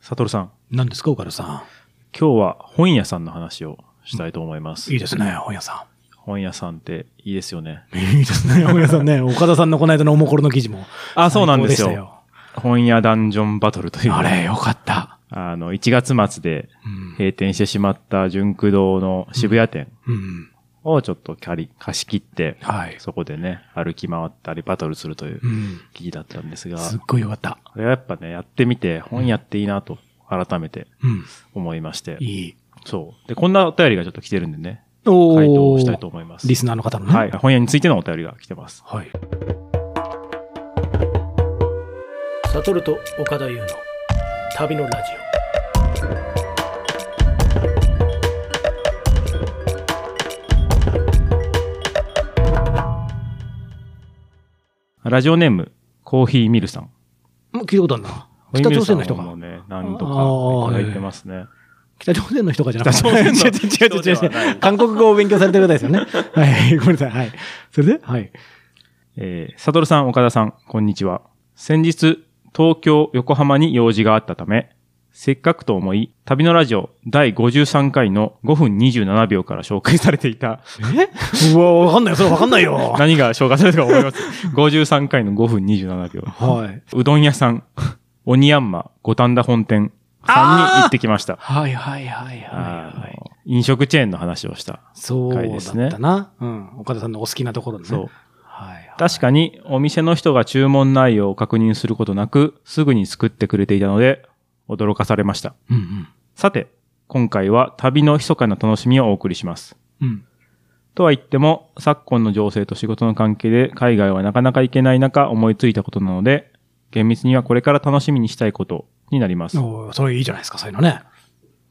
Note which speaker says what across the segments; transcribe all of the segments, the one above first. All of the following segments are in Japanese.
Speaker 1: サトルさん、
Speaker 2: 何ですか、岡田さ
Speaker 1: 今日は本屋さんの話をしたいと思います。
Speaker 2: ん。いいですね、本屋さ
Speaker 1: 本屋さんっていいですよね。
Speaker 2: ん。いいです ね、本屋さんね。岡田さんのこの間のおもころの記事も。
Speaker 1: あ、そうなんです
Speaker 2: 最
Speaker 1: よ。
Speaker 2: 高
Speaker 1: 本屋ダンジョンバトルと
Speaker 2: で
Speaker 1: いう、
Speaker 2: したよあれ、よかった。
Speaker 1: あの、1月末で
Speaker 2: うん。
Speaker 1: 閉店してしまった純駆堂の渋谷店
Speaker 2: うん。
Speaker 1: をちょっと借り、貸し切って、
Speaker 2: はい。
Speaker 1: そこでね、歩き回ったりバトルするという
Speaker 2: うん。
Speaker 1: 記事だったんですが、
Speaker 2: すっごいよかった。
Speaker 1: これはやっぱね、やってみて、本屋っていいなと改めて
Speaker 2: うん。
Speaker 1: 思いまして
Speaker 2: い、い。
Speaker 1: そう。で、こんなお便りがちょっと来てるんでね、
Speaker 2: お
Speaker 1: 回答をしたいと思います。
Speaker 2: リスナーの方のね。
Speaker 1: はい。。本屋についてのお便りが来てます。
Speaker 2: はい。
Speaker 3: サトルと岡田優の旅のラジ
Speaker 1: ラジオネーム、コーヒーミルさん。
Speaker 2: もう聞いたことあるな。北朝鮮の人
Speaker 1: も
Speaker 2: が。
Speaker 1: ね、何度か
Speaker 2: あー
Speaker 1: いただいてますね。
Speaker 2: 北朝鮮の人がじゃなくて。
Speaker 1: 北朝鮮の
Speaker 2: 違う 違う違う違う
Speaker 1: 人ではな
Speaker 2: 違。
Speaker 1: いう
Speaker 2: 韓国語を勉強されてる方ですよね。はい。 ごめんなさい。はい。それではい。
Speaker 1: えー、サトルさん、岡田さん、こんにちは。先日、東京、横浜に用事があったため、せっかくと思い、旅のラジオ第53回の5分27秒から紹介されていた、
Speaker 2: えうわ、わかんないよ。それわかんないよ。
Speaker 1: 何が紹介されたか思 います。53回の5分27秒。
Speaker 2: はい。
Speaker 1: うどん屋さん、鬼ヤンマ、五反田本店さんに行ってきました。
Speaker 2: はいはいはいはい、は
Speaker 1: あ
Speaker 2: い。
Speaker 1: の飲食チェーンの話をした。
Speaker 2: そうだ
Speaker 1: 回ですね
Speaker 2: ったな。うん。岡田さんのお好きなところね。
Speaker 1: そう。
Speaker 2: はい、はい。
Speaker 1: 確かにお店の人が注文内容を確認することなく、すぐに作ってくれていたので、驚かされました。
Speaker 2: に。うん
Speaker 1: さて、今回は旅の密かな楽しみをお送りします。
Speaker 2: うん。うん。
Speaker 1: とは言っても、昨今の情勢と仕事の関係で海外はなかなか行けない中思いついたことなので、厳密にはこれから楽しみにしたいことになります。
Speaker 2: おーそれいいじゃないですか、そういうのね。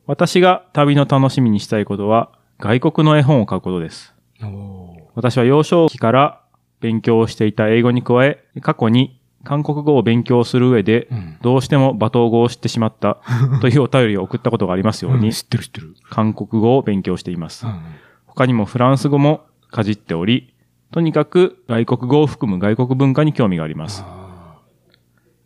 Speaker 1: 私が旅の楽しみにしたいことは、外国の絵本を買うことです。
Speaker 2: おお
Speaker 1: 私は幼少期から勉強をしていた英語に加え、過去に韓国語を勉強する上で
Speaker 2: ー。、うん。
Speaker 1: どうしても罵倒語を知ってしまったというお便りを送ったことがありますよう
Speaker 2: うん
Speaker 1: に、
Speaker 2: 知ってる知ってる。
Speaker 1: 韓国語を勉強しています
Speaker 2: う。ん。
Speaker 1: 他にもフランス語もかじっており、とにかく外国語を含む外国文化に興味があります。
Speaker 2: あ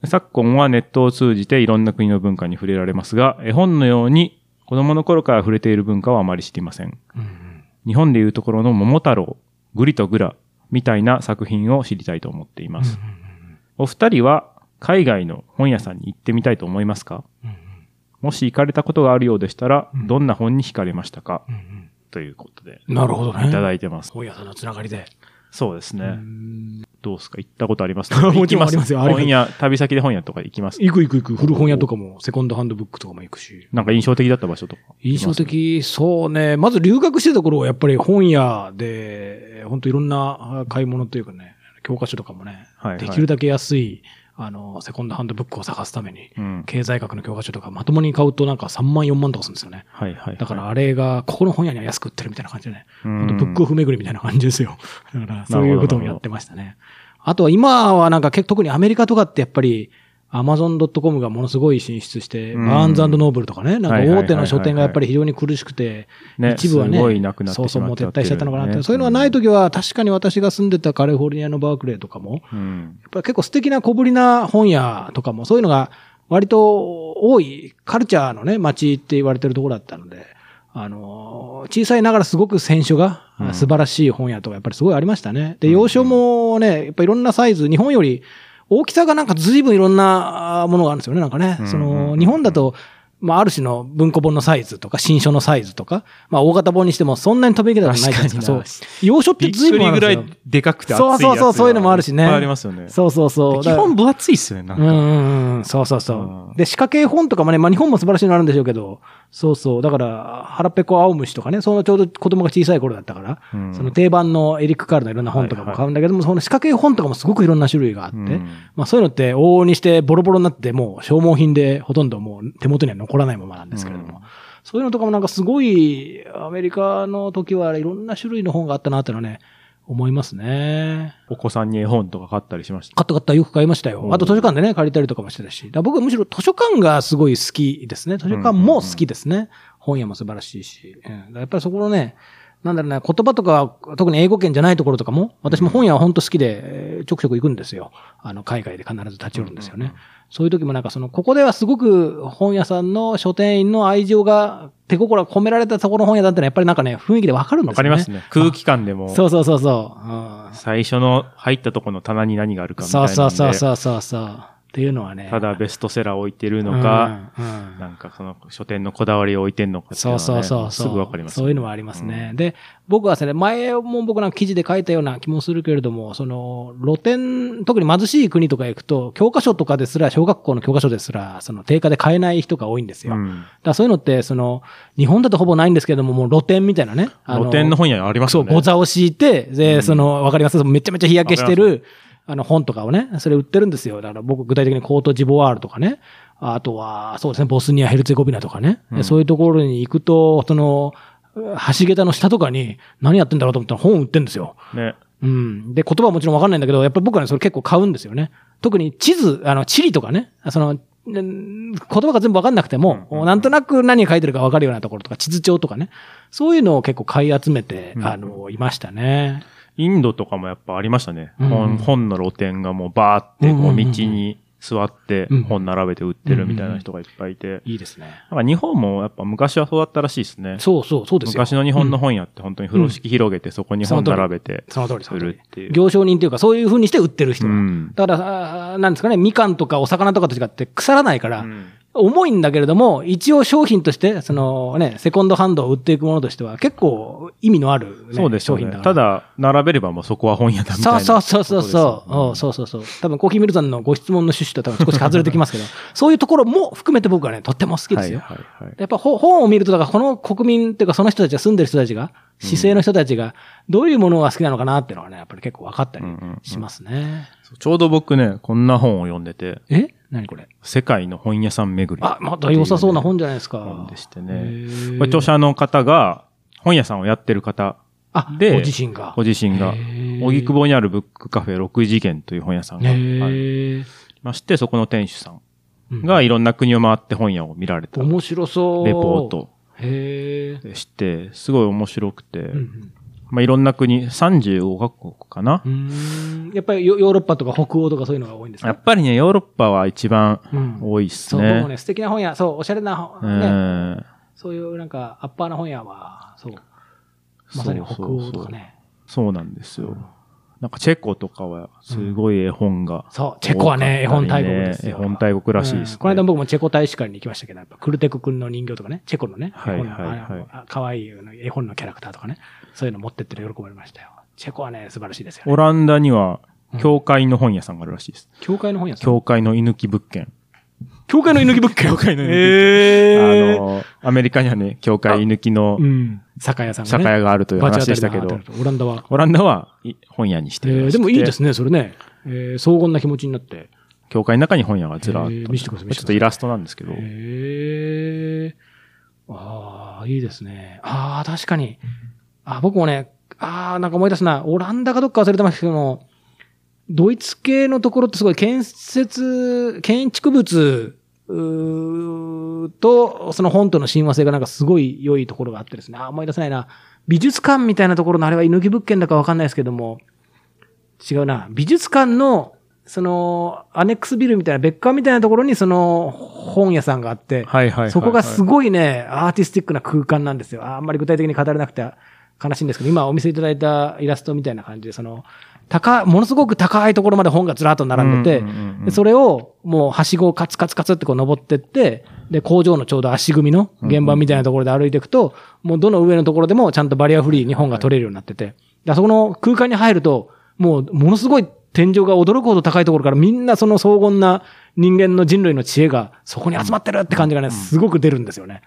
Speaker 1: 昨今はネットを通じていろんな国の文化に触れられますが、絵本のように子供の頃から触れている文化はあまり知りません。
Speaker 2: ーうん
Speaker 1: 日本でいうところの桃太郎、グリとグラみたいな作品を知りたいと思っています。お二人は海外の本屋さんに行ってみたいと思いますか
Speaker 2: うんうん
Speaker 1: もし行かれたことがあるようでしたら、
Speaker 2: うん
Speaker 1: どんな本に惹かれましたか
Speaker 2: うんうん
Speaker 1: ということで、
Speaker 2: うんなるほどね。
Speaker 1: いただ
Speaker 2: い
Speaker 1: いてます。
Speaker 2: 本屋さんのつながりで。
Speaker 1: そうですね。
Speaker 2: うん
Speaker 1: どうですか行ったことありますか
Speaker 2: もちろんありますよあります
Speaker 1: 本屋、旅先で本屋とか行きます。
Speaker 2: 行く行く行く。古本屋とかも、セコンドハンドブックとかも行くし。
Speaker 1: なんか印象的だった場所とか。
Speaker 2: 印象的、そうね。まず留学してた頃はやっぱり本屋で、本当いろんなあ買い物というかね、教科書とかもね、
Speaker 1: はいはい
Speaker 2: できるだけ安い、あの、セコンドハンドブックを探すために、
Speaker 1: うん。
Speaker 2: 経済学の教科書とかまともに買うとなんか3万4万とかするんですよね。
Speaker 1: はいはい。
Speaker 2: だからあれが、ここの本屋には安く売ってるみたいな感じでね、
Speaker 1: うん、
Speaker 2: 本当ブックオフ巡りみたいな感じですよ。 だからそういうこともやってましたね。あとは今はなんか結特にアメリカとかってやっぱり Amazon.com がものすごい進出して、
Speaker 1: うん
Speaker 2: バーンズノーブルとかね、な
Speaker 1: はいはい
Speaker 2: んか
Speaker 1: はい
Speaker 2: 大手の書店がやっぱり非常に苦しくて、
Speaker 1: ね、
Speaker 2: 一部はね、
Speaker 1: すごいなくなってしま
Speaker 2: そうそう、もう撤退しちゃったのかなって、
Speaker 1: ね
Speaker 2: そういうのがない時は確かに私が住んでたカリフォルニアのバークレーとかも、やっ
Speaker 1: うん。
Speaker 2: ぱり結構素敵な小ぶりな本屋とかも、そういうのが割と多いカルチャーのね、街って言われてるところだったので、あのー、小さいながらすごく選書が
Speaker 1: うん
Speaker 2: 素晴らしい本屋とかやっぱりすごいありましたね。で、
Speaker 1: うん
Speaker 2: 洋書もね、やっぱいろんなサイズ、日本より大きさがなんか随分いろんなあーものがあるんですよね、なんかね
Speaker 1: う。ん
Speaker 2: そ
Speaker 1: うん
Speaker 2: の、日本だと、まあ、ある種の文庫本のサイズとか、新書のサイズとか、まあ、大型本にしてもそんなに飛び抜けたことないじゃないですか。そ
Speaker 1: 確
Speaker 2: う
Speaker 1: か。
Speaker 2: 洋書っ
Speaker 1: びっ
Speaker 2: て
Speaker 1: く
Speaker 2: 随分
Speaker 1: り
Speaker 2: ある
Speaker 1: ぐ
Speaker 2: ん
Speaker 1: ら
Speaker 2: で
Speaker 1: い
Speaker 2: すよ。
Speaker 1: でかくて熱い
Speaker 2: そう
Speaker 1: やつが
Speaker 2: そうそうそういうのもあるしね
Speaker 1: いっぱいありますよね。
Speaker 2: そうそうそう。
Speaker 1: 基本分厚いっすよね、なん
Speaker 2: うん
Speaker 1: か。
Speaker 2: うんうん、そうそうそうう。
Speaker 1: ん
Speaker 2: で、仕掛け本とかもね、まあ日本も素晴らしいのあるんでしょうけど、そうそう。だから、腹ペコ青虫とかね、そのちょうど子供が小さい頃だったから、
Speaker 1: うん
Speaker 2: その定番のエリック・カールのいろんな本とかも買うんだけども、その仕掛け本とかもすごくいろんな種類があって、
Speaker 1: うん
Speaker 2: まあそういうのって往々にしてボロボロになって、もう消耗品でほとんどもう手元には残らないままなんですけれども、
Speaker 1: うん
Speaker 2: そういうのとかもなんかすごい、アメリカの時はいろんな種類の本があったなっていうのはね、思いますね。
Speaker 1: お子さんに絵本とか買ったりしました。
Speaker 2: 買った買った、よく買いました
Speaker 1: う
Speaker 2: よ。
Speaker 1: ん
Speaker 2: あと図書館でね、借りたりとかもしてたし。だから僕はむしろ図書館がすごい好きですね。図書館も好きですね。本屋も素晴らしいし。うん、だからやっぱりそこのね、なんだろうな、言葉とか、特に英語圏じゃないところとかも、私も本屋は本当好きで、えーちょくちょく行くんですよ。あの、海外で必ず立ち寄るんですよね。そういう時もなんかその、ここではすごく本屋さんの書店員の愛情が、手心が込められたところの本屋だってのはやっぱりなんかね、雰囲気でわかるんで
Speaker 1: わ
Speaker 2: すよ
Speaker 1: かり
Speaker 2: ね。
Speaker 1: ますね。空気感でも、
Speaker 2: そうそうそうそう。うん
Speaker 1: 最初の入ったとこの棚に何があるかみたい
Speaker 2: そ
Speaker 1: な
Speaker 2: うん
Speaker 1: で。
Speaker 2: そうそうそうそうそう。っていうのはね。
Speaker 1: ただベストセラー置いてるのか、
Speaker 2: うんうん
Speaker 1: なんかその書店のこだわりを置いてんのかっていの
Speaker 2: そう
Speaker 1: はね
Speaker 2: そうそうそう。
Speaker 1: すぐわかります、
Speaker 2: そういうのはありますね。で、僕はそれ、前も僕なんか記事で書いたような気もするけれども、その、露店、特に貧しい国とか行くと、教科書とかですら、小学校の教科書ですら、その、定価で買えない人が多いんです
Speaker 1: う
Speaker 2: よ。
Speaker 1: ん。
Speaker 2: だからそういうのって、その、日本だとほぼないんですけれども、もう露店みたいなね。あ
Speaker 1: 露店の本屋あります
Speaker 2: そ
Speaker 1: よ
Speaker 2: う、
Speaker 1: ね。
Speaker 2: ござを敷いて、で、
Speaker 1: うん
Speaker 2: その、わかりますめちゃめちゃ日焼けしてる、あの、本とかをね、それ売ってるんですよ。だから僕、具体的にコートジボワールとかね、あとは、そうですね、ボスニア、ヘルツェゴビナとかね、
Speaker 1: うん
Speaker 2: そういうところに行くと、その、橋桁の下とかに、何やってんだろうと思ったら本売ってんですよ。
Speaker 1: ね。
Speaker 2: うん。で、言葉はもちろんわかんないんだけど、やっぱり僕はね、それ結構買うんですよね。特に地図、あの、地理とかね、その、ん言葉が全部わかんなくても、
Speaker 1: うんうん
Speaker 2: なんとなく何が書いてるかわかるようなところとか、地図帳とかね、そういうのを結構買い集めて、
Speaker 1: うん
Speaker 2: あの、いましたね。
Speaker 1: インドとかもやっぱありましたね。
Speaker 2: うん
Speaker 1: 本本の露店がもうバーって
Speaker 2: うんうん
Speaker 1: こ
Speaker 2: う
Speaker 1: うん道に座って
Speaker 2: うん
Speaker 1: 本並べて売ってるみたいな人がいっぱいいて。
Speaker 2: いいですね。
Speaker 1: なんか日本もやっぱ昔はそうだったらしいですね。
Speaker 2: そうそう、そうですよ。
Speaker 1: 昔の日本の本屋って本当に風呂敷広げてそこに本並べて
Speaker 2: その通り、
Speaker 1: 売
Speaker 2: その通り
Speaker 1: る。っていう。
Speaker 2: 行商人というか、そういう風にして売ってる人
Speaker 1: う
Speaker 2: が。
Speaker 1: ん。
Speaker 2: だから、あーなんですかね、みかんとかお魚とかと違って腐らないから、
Speaker 1: うん
Speaker 2: 重いんだけれども、一応商品として、そのね、セコンドハンドを売っていくものとしては、結構意味のある、ね、
Speaker 1: そうです
Speaker 2: 商
Speaker 1: よ
Speaker 2: 品
Speaker 1: ね
Speaker 2: だ。か
Speaker 1: た
Speaker 2: ら。
Speaker 1: だ、並べればもうそこは本屋だみたい
Speaker 2: そ
Speaker 1: な。
Speaker 2: うそうそうそうそう、うん
Speaker 1: う
Speaker 2: そうそうそう。多分コーヒーミルさんのご質問の趣旨とは多分少し外れてきますけ ど、そういうところも含めて僕はね、とっても好きですよ。
Speaker 1: はいはいはい。
Speaker 2: やっぱほ本を見ると、だからこの国民っていうかその人たちが住んでる人たちが、市政の人たちが、どういうものが好きなのかなっていうのはね、やっぱり結構分かったり
Speaker 1: うんうんうん
Speaker 2: しますね。
Speaker 1: そうちょうど僕ね、こんな本を読んでて、
Speaker 2: え何これ
Speaker 1: 世界の本屋さん巡り。
Speaker 2: あ、また良さそうな本じゃないですか。
Speaker 1: 本でして
Speaker 2: へ
Speaker 1: ね。
Speaker 2: ー
Speaker 1: これ著者の方が、本屋さんをやってる方、
Speaker 2: あ、
Speaker 1: で
Speaker 2: ご自身が。
Speaker 1: ご自身が
Speaker 2: へ、ー
Speaker 1: 荻窪にあるブックカフェ6次元という本屋さんがあり
Speaker 2: へえ
Speaker 1: まして、そこの店主さん
Speaker 2: うん
Speaker 1: がいろんな国を回って本屋を見られたレ
Speaker 2: 面白そう。
Speaker 1: ポー。ト
Speaker 2: へえ。
Speaker 1: でして、すごい面白くて
Speaker 2: う、ん
Speaker 1: まあいろんな国、35カ国かな
Speaker 2: う。ん、うーんやっぱりヨヨーロッパとか北欧とかそういうのが多いんですか
Speaker 1: やっぱりね、ヨーロッパは一番
Speaker 2: うん
Speaker 1: 多いっす
Speaker 2: そう、僕も
Speaker 1: ね。
Speaker 2: ね、素敵な本屋、そう、おしゃれな
Speaker 1: う
Speaker 2: 本、ね
Speaker 1: ん。
Speaker 2: そういうなんかアッパーな本屋は、そう、まさに北
Speaker 1: そうそ
Speaker 2: 欧
Speaker 1: うそ
Speaker 2: と
Speaker 1: う
Speaker 2: かね。
Speaker 1: そうなんですよ。なんかチェコとかはすごい絵本が、
Speaker 2: そう、チェコはね、絵本大国ですよ。
Speaker 1: 絵本大国らしいです、
Speaker 2: う
Speaker 1: ね
Speaker 2: んこの間僕もチェコ大使館に行きましたけど、やっぱクルテク君の人形とかね、チェコのね、
Speaker 1: はい
Speaker 2: 絵本の
Speaker 1: はいはい
Speaker 2: あのあ可愛いあの絵本のキャラクターとかね、そういうの持ってってる喜ばれましたよ。チェコはね、素晴らしいですよ、ね。
Speaker 1: オランダには、教会の本屋さんがあるらしいです。
Speaker 2: 教会の本屋さん。
Speaker 1: 教会の居抜き物件。
Speaker 2: 教会の居抜き物件。教会の
Speaker 1: 居抜き物件あの、アメリカにはね、教会居抜きの
Speaker 2: うん。酒屋さんが、
Speaker 1: 酒
Speaker 2: ね。
Speaker 1: 屋があるという
Speaker 2: バチ
Speaker 1: 話
Speaker 2: 当た
Speaker 1: で
Speaker 2: り
Speaker 1: したけど、
Speaker 2: バチ当たりオランダは。
Speaker 1: オランダはい本屋にして
Speaker 2: え
Speaker 1: るら
Speaker 2: ー
Speaker 1: しくて
Speaker 2: でもいいですね、それね。えー、荘厳な気持ちになって。
Speaker 1: 教会の中に本屋がずらっと。
Speaker 2: へ
Speaker 1: ち
Speaker 2: ー
Speaker 1: ょ
Speaker 2: 見せてください見せてください
Speaker 1: っとイラストなんですけど、
Speaker 2: へえ。ああ、いいですね。ああ、確かに。あ僕もね、ああ、なんか思い出すな。オランダかどっか忘れてましたけども、ドイツ系のところってすごい建設、建築物、うーと、その本との親和性がなんかすごい良いところがあってですね。あー思い出せないな。美術館みたいなところのあれは居抜き物件だかわかんないですけども、違うな。美術館の、その、アネックスビルみたいな、別館みたいなところにその本屋さんがあっ
Speaker 1: は
Speaker 2: て、
Speaker 1: いはいはいはい
Speaker 2: そこがすごいね、アーティスティックな空間なんですよ。ああんまり具体的に語れなくて悲しいんですけど、今お見せいただいたイラストみたいな感じで、その、高い、ものすごく高いところまで本がずらっと並んでて、
Speaker 1: うんうんうんうん
Speaker 2: でそれをもうはしごをカツカツカツってこう登ってって、で、工場のちょうど足組みの現場みたいなところで歩いていくと、もうどの上のところでもちゃんとバリアフリーに本が取れるようになってて、であそこの空間に入ると、もうものすごい天井が驚くほど高いところからみんなその荘厳な人間の人類の知恵がそこに集まってるって感じがね、すごく出るんですよね。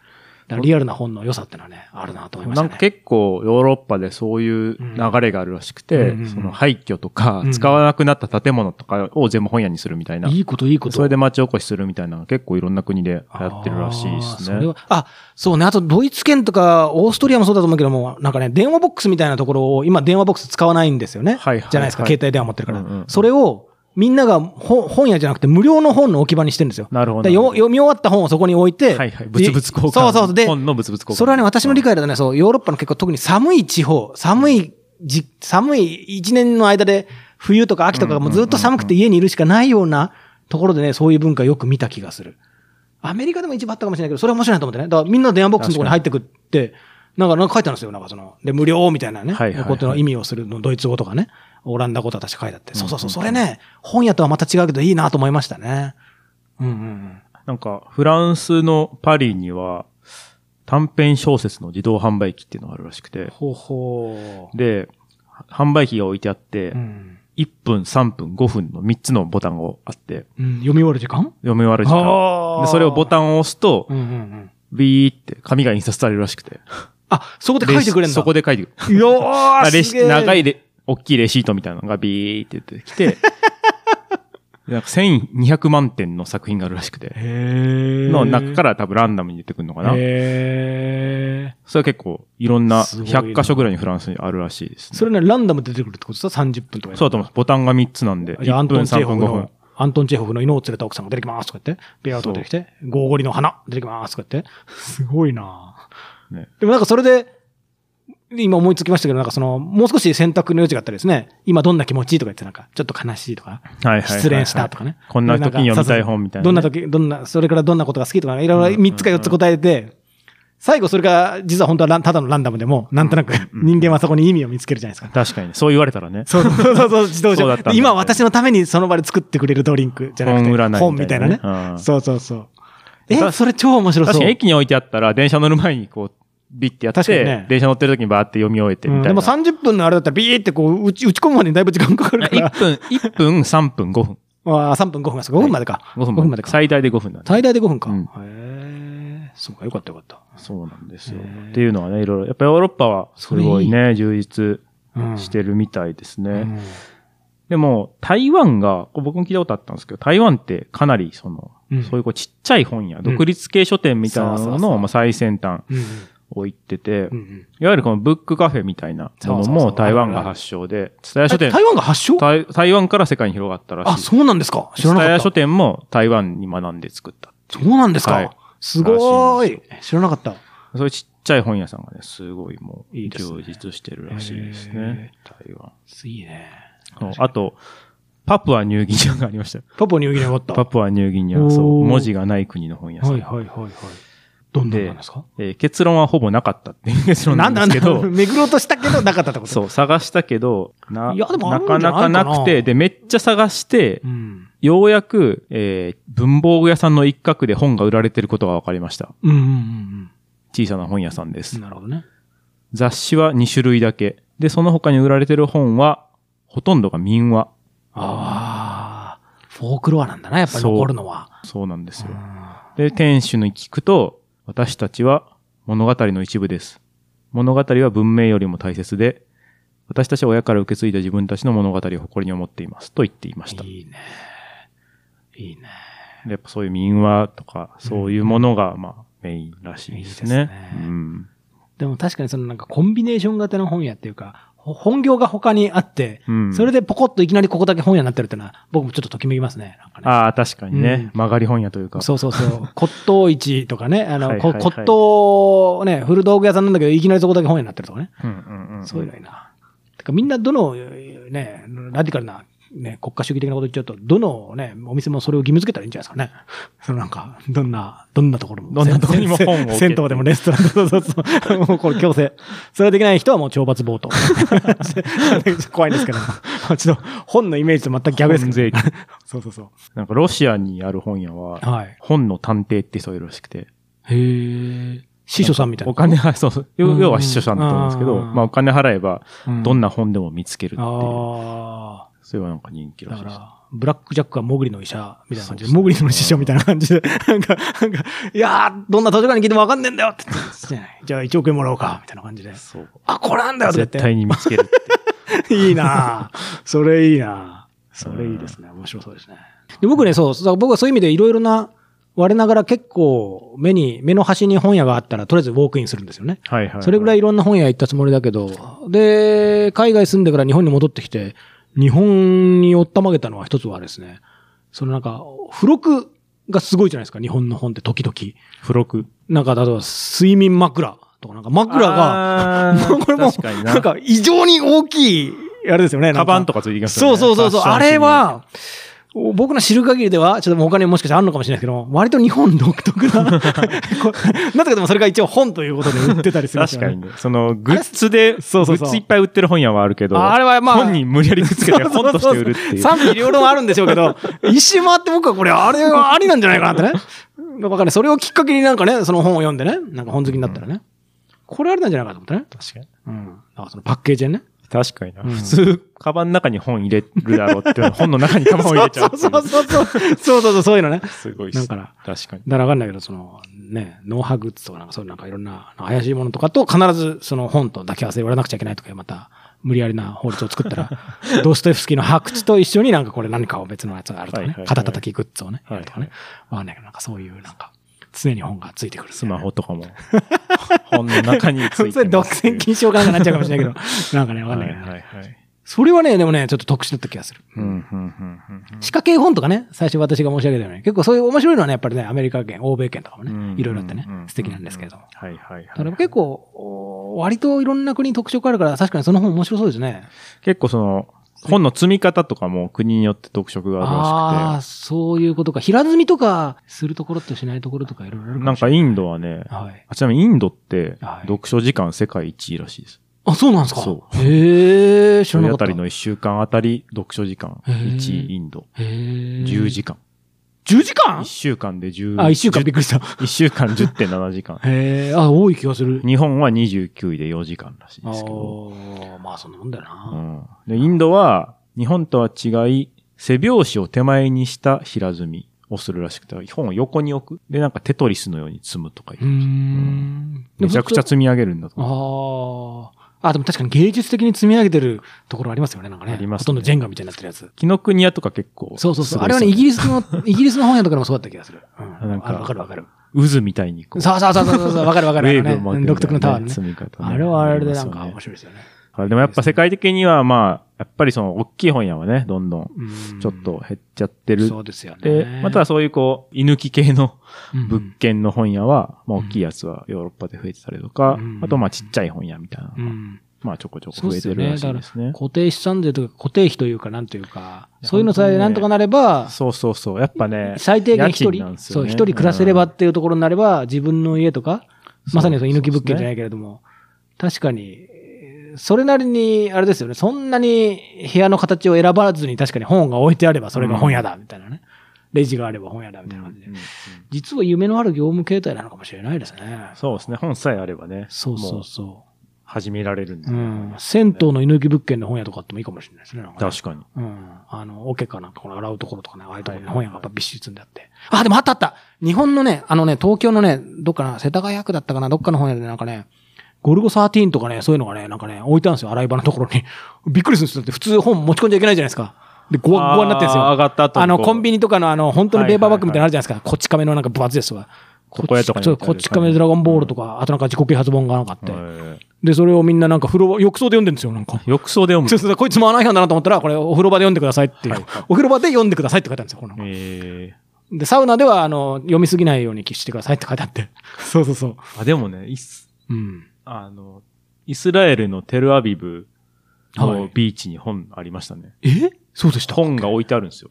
Speaker 2: だからリアルな本の良さってのはね、あるなと思いまし
Speaker 1: な
Speaker 2: た
Speaker 1: ん
Speaker 2: ね。
Speaker 1: か結構ヨーロッパでそういう流れがあるらしくて、
Speaker 2: うん
Speaker 1: その廃墟とか
Speaker 2: うん
Speaker 1: 使わなくなった建物とかを全部本屋にするみたいな。
Speaker 2: いいこといいこと。
Speaker 1: それで町おこしするみたいなのが結構いろんな国でやってるらしいです
Speaker 2: あーそれ
Speaker 1: ね。
Speaker 2: はあ、そうね。あと、ドイツ圏とか、オーストリアもそうだと思うけども、なんかね、電話ボックスみたいなところを、今電話ボックス使わないんですよね。
Speaker 1: はいはいはい
Speaker 2: じゃないですか。携帯電話持ってるから。
Speaker 1: うんうんうん
Speaker 2: それを、みんなが本本屋じゃなくて無料の本の置き場にしてるんですよ。
Speaker 1: なるほど。
Speaker 2: でよ読み終わった本をそこに置いて、
Speaker 1: はいはい。物々交換。
Speaker 2: そうそうそうで
Speaker 1: 本の物々交換。
Speaker 2: それはね、私の理
Speaker 1: 解。
Speaker 2: 解だとね、そう、ヨーロッパの結構特に寒い地方、寒いじ、寒い一年の間で、冬とか秋とかがもうずっと寒くて家にいるしかないようなところでね、そういう文化よく見た気がする。アメリカでも一番あったかもしれないけど、それは面白いなと思ってね。だからみんな電話ボックスのところに入ってくって、なんか、なんか書いてあるんですよ。なんかその、で、無料みたいなね、
Speaker 1: はいはいはい
Speaker 2: ことの意味をするの、ドイツ語とかね、オランダ語とか確か書いてあって。
Speaker 1: うん
Speaker 2: そうそうそう、それね、本屋とはまた違うけどいいなと思いましたね。うんうんうん。
Speaker 1: なんか、フランスのパリには、短編小説の自動販売機っていうのがあるらしくて、
Speaker 2: ほうほ
Speaker 1: で、販売機が置いてあって、
Speaker 2: うん。
Speaker 1: 1分、3分、5分の3つのボタンがあって、
Speaker 2: うん、読み終わる時間
Speaker 1: 読み終わる時間。
Speaker 2: あ
Speaker 1: で、それをボ
Speaker 2: ン。
Speaker 1: タンを押すと
Speaker 2: う、んうんうん。
Speaker 1: ビーって紙が印刷されるらしくて。
Speaker 2: あ、そこで書いてくれんだ。
Speaker 1: でそこで書いてくる。
Speaker 2: で。よー
Speaker 1: あレ
Speaker 2: し。
Speaker 1: シ長
Speaker 2: い。
Speaker 1: いレ、大きいレシートみたいなのがビーって言ってき て、なんか1200万点の作品があるらしくて、
Speaker 2: へ
Speaker 1: の中からら多分ランダムに出てくるのかな。
Speaker 2: へ
Speaker 1: それは結構いろんな
Speaker 2: すごいな
Speaker 1: 100箇所ぐらいにフランスにあるらしいです
Speaker 2: ー
Speaker 1: ね。
Speaker 2: それね、ランダムで出てくるってことさ、30分とか
Speaker 1: そうだと思います。ボタンが3つなんで、
Speaker 2: じゃあ、
Speaker 1: 1
Speaker 2: アント
Speaker 1: 分、
Speaker 2: ン・チェ
Speaker 1: 3
Speaker 2: ーホ
Speaker 1: 分、
Speaker 2: フ
Speaker 1: 5分
Speaker 2: の。、アントン・チェーホフの犬を連れた奥さんが出てきますとか言って、ベアウトが出てきて、ゴーゴリの花出てきますとか言って、すごいなぁ
Speaker 1: ね
Speaker 2: でもなんかそれで、今思いつきましたけど、なんかその、もう少し選択の余地があったらですね、今どんな気持ちとか言ってなんか、ちょっと悲しいとか、
Speaker 1: はいはいはいはい
Speaker 2: 失恋したとかね。
Speaker 1: こんな時に読みたい本みたいなね。
Speaker 2: どんな時、どんな、それからどんなことが好きとかね、いろいろ
Speaker 1: うん
Speaker 2: 3つか4つ答えて、最後それが実は本当はランただのランダムでも、なんとなく人間はそこに意味を見つけるじゃないですか。
Speaker 1: 確かにね。そう言われたらね。
Speaker 2: そうそうそうそう、自動
Speaker 1: そうだったん
Speaker 2: 車
Speaker 1: だ。
Speaker 2: 今私のためにその場で作ってくれるドリンクじゃなくて、
Speaker 1: 本占いみたいなね
Speaker 2: 本みたいな
Speaker 1: う。
Speaker 2: ね
Speaker 1: ん
Speaker 2: そうそうそう。
Speaker 1: 確か
Speaker 2: え、
Speaker 1: に
Speaker 2: それ超面白そう。
Speaker 1: 確かに駅に置いてあったら、電車乗る前にこう、ビッてやっ
Speaker 2: 確かに
Speaker 1: て、
Speaker 2: ね
Speaker 1: 電車乗ってる時にバーって読み終えてみ
Speaker 2: うん
Speaker 1: たいな。
Speaker 2: でも30分のあれだったらビーってこう打ち打ち込むまでにだいぶ時間かかるか
Speaker 1: 1
Speaker 2: ら、
Speaker 1: 分、1分、3分、5分。
Speaker 2: あー3分5分が5分までか。
Speaker 1: 5分
Speaker 2: 5分
Speaker 1: ま
Speaker 2: ま
Speaker 1: で
Speaker 2: で
Speaker 1: か。
Speaker 2: か
Speaker 1: 最大で5分なんで。
Speaker 2: 最大で5分か。
Speaker 1: うん
Speaker 2: へえ、そうか、よかったよかった。
Speaker 1: そうなんですよ
Speaker 2: へ。ー
Speaker 1: っていうのはね、いろいろ。やっぱヨーロッパはすごいね、充実
Speaker 2: うん
Speaker 1: してるみたいですね。
Speaker 2: うん
Speaker 1: でも、台湾が、こう僕も聞いたことあったんですけど、台湾ってかなりその、
Speaker 2: うん
Speaker 1: そういうこうちっちゃい本屋、
Speaker 2: ん
Speaker 1: 独立系書店みたいな
Speaker 2: そう
Speaker 1: の
Speaker 2: そうそ
Speaker 1: の
Speaker 2: う
Speaker 1: まあ最先端
Speaker 2: うん
Speaker 1: を行ってて
Speaker 2: うんう、ん
Speaker 1: いわゆるこのブックカフェみたいなもの
Speaker 2: そうそう
Speaker 1: も
Speaker 2: そう
Speaker 1: 台湾が発祥で、蔦屋
Speaker 2: あ
Speaker 1: 書店、
Speaker 2: 台湾が発祥
Speaker 1: 台台湾から世界に広がったら
Speaker 2: あ、
Speaker 1: しい。
Speaker 2: そうなんですか知らな
Speaker 1: 蔦
Speaker 2: か
Speaker 1: 屋
Speaker 2: った
Speaker 1: 書。店も台湾に学んで作った。
Speaker 2: そうなんです
Speaker 1: はい
Speaker 2: かすご
Speaker 1: らしい
Speaker 2: い知らなかった。
Speaker 1: そういうちっちゃい本屋さんがね、すごいもう
Speaker 2: い
Speaker 1: い
Speaker 2: いです
Speaker 1: 充
Speaker 2: ね
Speaker 1: 実してるらしいですね。台湾。
Speaker 2: いいね。
Speaker 1: そうあと、パプアニューギニアがありましたよ。
Speaker 2: パパニューギニアがあった。
Speaker 1: パプアニューギニア、そう、
Speaker 2: おー
Speaker 1: 文字がない国の本屋さん。
Speaker 2: はいはいはいはい。どんなのなんですか
Speaker 1: えー結論はほぼなかったっていう結論なんですけ
Speaker 2: なんだ
Speaker 1: ど、
Speaker 2: めぐろうとしたけどなかったってこと
Speaker 1: そう、探したけど、な、
Speaker 2: いやでも
Speaker 1: な
Speaker 2: あるんじゃ
Speaker 1: か
Speaker 2: ないか
Speaker 1: な
Speaker 2: な
Speaker 1: かなくて、で、めっちゃ探して
Speaker 2: う。、ん。
Speaker 1: ようやく、えー文房具屋さんの一角で本が売られてることが分かりました。
Speaker 2: うんうんうん
Speaker 1: 小さな本屋さんです。
Speaker 2: うん。なるほどね。
Speaker 1: 雑誌は2種類だけ。で、その他に売られてる本は、ほとんどが民話。
Speaker 2: ああ。フォークロアなんだな、やっぱり
Speaker 1: そう
Speaker 2: 残るのは。
Speaker 1: そうなんですよ
Speaker 2: う。ん
Speaker 1: で、店主に聞くと、私たちは物語の一部です。物語は文明よりも大切で、私たちは親から受け継いだ自分たちの物語を誇りに思っています。と言っていました。
Speaker 2: いいね。いいね。
Speaker 1: でやっぱそういう民話とか、そういうものが、まあ、メインらしいですね。
Speaker 2: いいですね
Speaker 1: うん。
Speaker 2: でも確かにそのなんかコンビネーション型の本屋っていうか、ほ本業が他にあって、
Speaker 1: うん
Speaker 2: それでポコッといきなりここだけ本屋になってるってのは、僕もちょっとときめきますね。なんかね
Speaker 1: ああ、確かにね。
Speaker 2: う
Speaker 1: 曲がり本屋というか。
Speaker 2: そうそ うそう。骨董市とかね、あ
Speaker 1: はい
Speaker 2: の、
Speaker 1: はい
Speaker 2: こ
Speaker 1: はい
Speaker 2: 骨董、ね、古道具屋さんなんだけど、いきなりそこだけ本屋になってるとかね。
Speaker 1: うんうんうん。
Speaker 2: そういうのいいな。てかみんなどの、ね、ラディカルな、ね、国家主義的なこと言っちゃうと、どのね、お店もそれを義務付けたらいいんじゃないですかね。そのなんか、どんな、どんなところも。
Speaker 1: どんなところにも
Speaker 2: せん
Speaker 1: 本を置け
Speaker 2: 銭湯でもレストランでも、そうそうそう。もうこれ強制。それができない人はもう懲罰暴徒。 怖いですけど。ちょっと本のイメージと全く逆ですけど。
Speaker 1: 本税
Speaker 2: そうそうそ
Speaker 1: なんかロシアにある本屋は
Speaker 2: う。、はい。
Speaker 1: 本の探偵って人がいるらしくて。
Speaker 2: へえ。師匠さんみたいな。
Speaker 1: お金は、そうそう。
Speaker 2: う
Speaker 1: 要
Speaker 2: ん
Speaker 1: 要は司書さんだと思うんですけど、
Speaker 2: あー
Speaker 1: まあお金払えば、
Speaker 2: うん
Speaker 1: どんな本でも見つけるっていう。
Speaker 2: あ
Speaker 1: それはなんか人気
Speaker 2: あ。
Speaker 1: ら
Speaker 2: だ
Speaker 1: し
Speaker 2: か
Speaker 1: いです。
Speaker 2: ら、ブラックジャックはモグリの医者みたいな感じで、
Speaker 1: そうそう
Speaker 2: モグリの師匠みたいな感じで、なんか、なんか、いやー、どんな図書館に聞いてもわかんねえんだよって言ってじゃあ1億円もらおうか、みたいな感じで。
Speaker 1: そう。
Speaker 2: あ、これなんだよとか
Speaker 1: 絶
Speaker 2: 言っ
Speaker 1: 対に見つける って。
Speaker 2: て。いいなあそれいいなあそれいいですね。面白そうですね。で僕ね、そう、そう僕はそういう意味でいろいろな、我ながら結構目に、目の端に本屋があったら、とりあえずウォークインするんですよね。
Speaker 1: はいはい。
Speaker 2: それぐら
Speaker 1: い。
Speaker 2: いいろんな本屋行ったつもりだけど、で、海外住んでから日本に戻ってきて、日本におったまげたのは一つはあれですね。そのなんか、付録がすごいじゃないですか、日本の本って時々。
Speaker 1: 付録。
Speaker 2: なんか、例えば、睡眠枕とか、なんか枕
Speaker 1: が
Speaker 2: が、これも
Speaker 1: 確かに
Speaker 2: なん
Speaker 1: な。
Speaker 2: か異常に大きい、あれですよね。なん
Speaker 1: カバンとかついてきますよ
Speaker 2: そう
Speaker 1: ね。
Speaker 2: そうそうそう。
Speaker 1: ファ
Speaker 2: あ
Speaker 1: ッション誌
Speaker 2: れ
Speaker 1: に。
Speaker 2: は、お僕の知る限りでは、ちょっともう他にももしかしたらあるのかもしれないですけど、割と日本独 特な、こうなぜかでもそれが一応本ということで売ってたりするんで
Speaker 1: 確
Speaker 2: すよ
Speaker 1: か
Speaker 2: ね
Speaker 1: にね。その、グッズで、
Speaker 2: そうそうそ
Speaker 1: グ
Speaker 2: う
Speaker 1: ッズいっぱい売ってる本屋はあるけど、
Speaker 2: あれはまあ
Speaker 1: 本に無理やりくっつけて本として売るっていう。
Speaker 2: 賛否両論あるんでしょうけど、一周回って僕はこれ、あれはありなんじゃないかなってね。だからね、それをきっかけになんかね、その本を読んでね、なんか本好きになったらね、これありなんじゃないかなと思ってね。
Speaker 1: 確かに。
Speaker 2: うん。なんかそのパッケージでね。
Speaker 1: 確かにな。
Speaker 2: うん
Speaker 1: 普通、カバンの中に本入れるだろうって、本の中にカバンを入れちゃうってい
Speaker 2: そうそうそうそう。そうそうそう、そういうのね。
Speaker 1: すごいっ
Speaker 2: だ
Speaker 1: す。
Speaker 2: から、
Speaker 1: 確かに。
Speaker 2: だからわかんないけど、そのね、ノウハウグッズとかなんかそういうなんかいろんな怪しいものとかと必ずその本と抱き合わせで売らなくちゃいけないとかいうまた無理やりな法律を作っ たら、ドストエフスキーの白痴と一緒になんかこれ何かを別のやつがあるとか
Speaker 1: はいはい
Speaker 2: ね
Speaker 1: は、い
Speaker 2: 肩叩きグッズをね、
Speaker 1: はい
Speaker 2: やるとかね、わかんないけどなんかそういうなんか常に本がついてくる。
Speaker 1: スマホとかも、本の中につ
Speaker 2: そ
Speaker 1: いて
Speaker 2: れ独占禁止法かなんかになっちゃうかもしれないけ ど、なんかね、わか
Speaker 1: は
Speaker 2: ん
Speaker 1: い
Speaker 2: な
Speaker 1: はいい
Speaker 2: け
Speaker 1: は
Speaker 2: どね
Speaker 1: い。
Speaker 2: それはね、でもね、ちょっと特殊だった気がする。
Speaker 1: うん、うん、うん、うん。
Speaker 2: 歯科系本とかね、最初私が申し上げたように、結構そういう面白いのはね、やっぱりね、アメリカ圏、欧米圏とかもね
Speaker 1: う、ん
Speaker 2: いろいろあってね
Speaker 1: うんう、ん
Speaker 2: 素敵なんですけれども。
Speaker 1: はいはい
Speaker 2: だか
Speaker 1: は
Speaker 2: ら
Speaker 1: い。
Speaker 2: 結構、お割といろんな国に特徴があるから、確かにその本面白そうですね。
Speaker 1: 結構その、本の積み方とかも国によって特色があ
Speaker 2: あ
Speaker 1: る
Speaker 2: あー、そういうことか。平積みとか、するところとしないところとかいろいろあ
Speaker 1: らしく
Speaker 2: る
Speaker 1: て、なんかインドはね、
Speaker 2: はい。
Speaker 1: あちなみにインドって
Speaker 2: はい、
Speaker 1: 読書時間世界一位らしいです。
Speaker 2: あ、そうなんですか
Speaker 1: そ
Speaker 2: へえ、知
Speaker 1: 一人
Speaker 2: らなか
Speaker 1: 当
Speaker 2: った。
Speaker 1: たりの1週間あたり読書時間
Speaker 2: へー
Speaker 1: 1位インド。
Speaker 2: へえ。
Speaker 1: 10時間。
Speaker 2: 間。10時
Speaker 1: 1
Speaker 2: 間
Speaker 1: 週間で10。
Speaker 2: あ、1週間びっくりした。。
Speaker 1: 1週間10.7時間
Speaker 2: へえ、あ、多い気がする。
Speaker 1: 日本は29位で4時間らしい
Speaker 2: あ
Speaker 1: ですけど。
Speaker 2: ーまあそんなもんだよ
Speaker 1: う
Speaker 2: な。
Speaker 1: ん、でインドは日本とは違い、背拍子を手前にした平積みをするらしくて、本を横に置く。で、なんかテトリスのように積むとかいう
Speaker 2: ーん。
Speaker 1: めちゃくちゃ積み上げるんだと思う。
Speaker 2: ああ。あ、でも確かに芸術的に積み上げてるところありますよね、なんかね。
Speaker 1: ありますね
Speaker 2: ほとんどジェンガみたいになってるやつ。
Speaker 1: 紀ノ国屋とか結構。
Speaker 2: そうそうそう。あれはね、イギリスの、 イギリスの本屋とかでもそうだった気がする。うん。
Speaker 1: なんか
Speaker 2: あわかるわかる。
Speaker 1: 渦みたいにこう。
Speaker 2: そうそうそうそうそう、わかるわか
Speaker 1: ウ
Speaker 2: る。
Speaker 1: ェー
Speaker 2: あ
Speaker 1: ブ
Speaker 2: の
Speaker 1: を
Speaker 2: ね
Speaker 1: 巻くみたいなね、
Speaker 2: 独特のタワーのね。
Speaker 1: 積み方ね、
Speaker 2: あれはあれでなんか
Speaker 1: あり
Speaker 2: 面
Speaker 1: ますよね
Speaker 2: 白いですよね。
Speaker 1: はいでもやっぱ世界的にはまあ、やっぱりその大きい本屋はね、どんどん
Speaker 2: うん
Speaker 1: ちょっと減っちゃってる。
Speaker 2: そうですよね。
Speaker 1: で、またはそういうこう、居抜き系の
Speaker 2: うん、
Speaker 1: 物件の本屋は、まあ大きいやつはヨーロッパで増えてたりとか、
Speaker 2: うん
Speaker 1: あとまあちっちゃい本屋みたいなのが、
Speaker 2: うん。
Speaker 1: まあちょこちょこ増えてるらしいですね。
Speaker 2: 固定資産税というか固定費というかなんというか、
Speaker 1: いや
Speaker 2: そういうのさえなんとかなれば、
Speaker 1: そうそうそう。やっぱね、
Speaker 2: 最低限一
Speaker 1: 家賃なん
Speaker 2: 人、
Speaker 1: です
Speaker 2: そ
Speaker 1: よ
Speaker 2: う、
Speaker 1: ね
Speaker 2: 一人暮らせれば
Speaker 1: う
Speaker 2: っ
Speaker 1: ん
Speaker 2: ていうところになれば、自分の家とか、 まさにその猪木物件じゃないけれども、確かに、えーそれなりに、あれですよね、そんなに部屋の形を選ばずに確かに本が置いてあればそれが本屋だ、みたいなね。レジがあれば本屋だ、みたいな感じで
Speaker 1: うんうん。
Speaker 2: 実は夢のある業務形態なのかもしれないですね。
Speaker 1: そうですね。本さえあればね。
Speaker 2: そうそ
Speaker 1: も
Speaker 2: うそ
Speaker 1: 始められるんで
Speaker 2: う。うん。銭湯の猪木物件の本屋とかあってもいいかもしれないですね。なんかね
Speaker 1: 確かに。
Speaker 2: うん。あの、オケかなんか、この洗うところとかね、ああいうところに本屋がやっぱびっしり積んであって。あ、でもあったあった日本のね、あのね、東京のね、どっかな、世田谷区だったかな、どっかの本屋でなんかね、ゴルゴ13とかね、そういうのがね、なんかね、置いたんですよ、洗い場のところに。 びっくりするんですよ。だって普通本持ち込んじゃいけないじゃないですか。で、ごわごわになってるんです
Speaker 1: あー上
Speaker 2: よ。
Speaker 1: がった後
Speaker 2: あの、コンビ
Speaker 1: ニ。
Speaker 2: ニとかのあの、本当のペーパーバッグみたいなのあるじゃないですか。こっち亀のなんか分厚いやつとか。
Speaker 1: ここやとか
Speaker 2: こっ
Speaker 1: に
Speaker 2: ちそうこっち亀ドラゴンボールとか、あとなんか自己啓発本がなんかあって。
Speaker 1: はい
Speaker 2: で、それをみんななんか風呂、浴槽で読んでるんですよ、なんか。
Speaker 1: 浴槽で読む
Speaker 2: そう。そうそう、こいつマナー違反だなと思ったら、これお風呂場で読んでくださいっていう。お風呂場で読んでくださいって書いてあるんですよ、この。
Speaker 1: ええ
Speaker 2: で、サウナでは、あの、読みすぎないようにしてくださいって書いてあって。そうそうそう。
Speaker 1: あ、でもね、イス、
Speaker 2: うん。
Speaker 1: あの、イスラエルのテルアビブ
Speaker 2: は
Speaker 1: の
Speaker 2: い
Speaker 1: ビーチに本ありましたね。
Speaker 2: えそうでした。へ
Speaker 1: 本が置いてあるんですよ。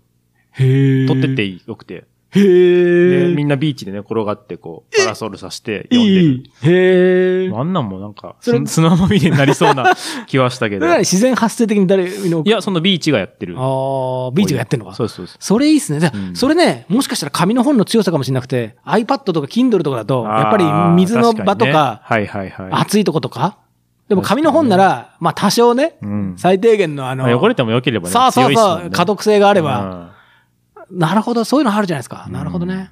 Speaker 2: え。
Speaker 1: 取ってってよくて。
Speaker 2: て。へ
Speaker 1: で、
Speaker 2: え。
Speaker 1: みんなビーチでね、転がってこう、パラソルさして
Speaker 2: い
Speaker 1: 読んでる。
Speaker 2: い。へえ。
Speaker 1: あんなんもなんか、
Speaker 2: それ
Speaker 1: す 砂まみれになりそう な気はしたけ
Speaker 2: そ
Speaker 1: ど
Speaker 2: れ。なら自然発生的に誰の。
Speaker 1: いや、そのビーチがやってる。
Speaker 2: ああ、ビーチがやってんのか。
Speaker 1: そうそうそう。
Speaker 2: それいいっすね。じゃあ
Speaker 1: うん
Speaker 2: それね、もしかしたら紙の本の強さかもしれなくて、iPad とか Kindle とかだと、やっぱり
Speaker 1: あー
Speaker 2: 水の場とか、、
Speaker 1: 確にねはいはいはい。
Speaker 2: 暑いとことか。でも紙の本なら、まあ多少ね、
Speaker 1: うん。
Speaker 2: 最低限のあの、
Speaker 1: まあ汚れても良ければね。
Speaker 2: そうそう
Speaker 1: 強いっすも
Speaker 2: そ
Speaker 1: ん
Speaker 2: う、
Speaker 1: ね
Speaker 2: 可読性があれば、
Speaker 1: うん
Speaker 2: なるほど、そういうのあるじゃないですか。
Speaker 1: うん
Speaker 2: なるほどね。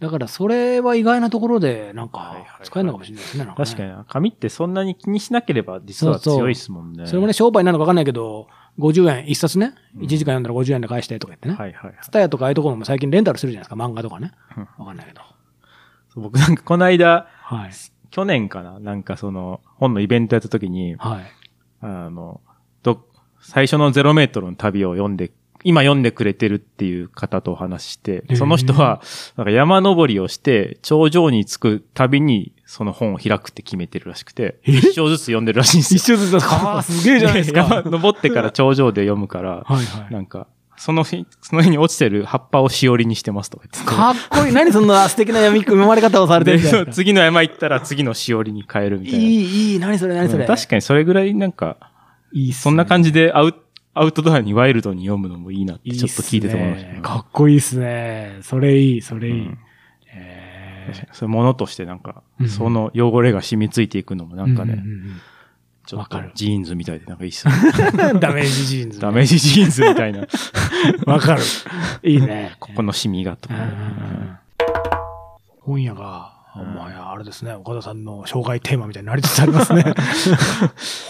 Speaker 2: だから、それは意外なところで、なん
Speaker 1: はいは
Speaker 2: か
Speaker 1: いは、い
Speaker 2: 使えるのかもしれないですね。なんね
Speaker 1: 確かにな。紙ってそんなに気にしなければ実は
Speaker 2: そうそう
Speaker 1: 強いですもんね。
Speaker 2: それもね、商売なのか分かんないけど、50円、一冊ね、1時間読んだら50円で返してとか言ってね。
Speaker 1: はいはいはい。
Speaker 2: ツタヤとかああいうところも最近レンタルするじゃないですか、漫画とかね
Speaker 1: うん。
Speaker 2: 分かんないけど。
Speaker 1: そう僕なんかこの間、
Speaker 2: はい。
Speaker 1: 去年かななんかその、本のイベントやった時に、
Speaker 2: はい。
Speaker 1: あの、ど、最初の0メートルの旅を読んで、今読んでくれてるっていう方とお話しして
Speaker 2: へ、ー
Speaker 1: その人は、なんか山登りをして、頂上に着くたびに、その本を開くって決めてるらしくて、
Speaker 2: え
Speaker 1: 一章ずつ読んでるらしいんです
Speaker 2: 一
Speaker 1: よ。
Speaker 2: 緒ずつ ああ、すげえじゃないです
Speaker 1: 山
Speaker 2: か。
Speaker 1: 登ってから頂上で読むから、
Speaker 2: はいはい。
Speaker 1: なんか、その日、その日に落ちてる葉っぱをしおりにしてますとか言ってて
Speaker 2: かっこいい。何そんな素敵な読み込まれ方をされてる ん
Speaker 1: で
Speaker 2: だ
Speaker 1: そう次の山行ったら次のしおりに変えるみ
Speaker 2: い
Speaker 1: たいな。
Speaker 2: い、いい。何それ、何それ。
Speaker 1: うん確かにそれぐらいなんか、
Speaker 2: に。
Speaker 1: そんな感じでアウアウトドアにワイルドに読むのもいいなってちょっと聞いてて思いましたね。
Speaker 2: ね。かっこいいっすね。それいい、それいい。
Speaker 1: うん
Speaker 2: え
Speaker 1: 確かにそういうものとしてなんか
Speaker 2: う、ん
Speaker 1: その汚れが染みついていくのもな
Speaker 2: ー
Speaker 1: んか
Speaker 2: う
Speaker 1: ね
Speaker 2: う、ん
Speaker 1: ちょ
Speaker 2: わ
Speaker 1: っ
Speaker 2: か
Speaker 1: と
Speaker 2: る
Speaker 1: ジーンズみたいでなんかいいっすね。
Speaker 2: うん ダメージジーンズね。
Speaker 1: ダメージジーンズみたいな、
Speaker 2: わかる。 い いね。
Speaker 1: ここのシミがと
Speaker 2: うん
Speaker 1: か
Speaker 2: うんう
Speaker 1: ね。
Speaker 2: ん本屋が、
Speaker 1: うん
Speaker 2: まあ、あれですね、岡田さんの障害テーマみたいになりつつありますね。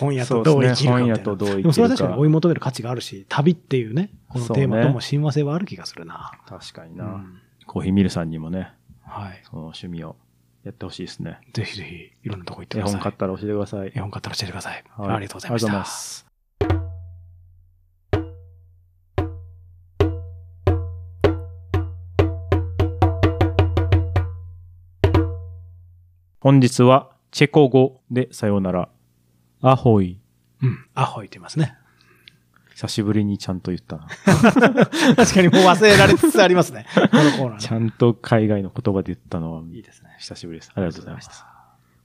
Speaker 2: 本屋
Speaker 1: そ
Speaker 2: と
Speaker 1: うで
Speaker 2: どう生
Speaker 1: す
Speaker 2: きる
Speaker 1: ね。
Speaker 2: か
Speaker 1: 本
Speaker 2: みたい
Speaker 1: 屋
Speaker 2: な。
Speaker 1: とどう
Speaker 2: でも
Speaker 1: 生
Speaker 2: そ
Speaker 1: き
Speaker 2: れ
Speaker 1: る
Speaker 2: は確かに
Speaker 1: か
Speaker 2: 追。い求める価値があるし、旅っていうね、このテーマとも親和性はある気がするな。
Speaker 1: 確かに
Speaker 2: う
Speaker 1: な。
Speaker 2: ん
Speaker 1: コーヒーミルさんにもね、
Speaker 2: はい。
Speaker 1: その趣味をやってほしいですね。
Speaker 2: ぜひぜひ、いろんなとこ行って
Speaker 1: 絵
Speaker 2: くださ
Speaker 1: 本
Speaker 2: い。
Speaker 1: 買ったら教えてください。
Speaker 2: 絵本買ったら教えてください。
Speaker 1: はい
Speaker 2: ありがとうございまし
Speaker 1: ありがとうござい
Speaker 2: た
Speaker 1: ま。す。本日はチェコ語でさようなら。アホイ。
Speaker 2: うん。アホ言ってますね。
Speaker 1: 久しぶりにちゃんと言 ったな。
Speaker 2: 確かにもう忘れられつつありますね。このコーナーね
Speaker 1: ちゃんと海外の言葉で言ったのはい
Speaker 2: いですね。
Speaker 1: 久しぶりです。ありがとうございました。
Speaker 2: た。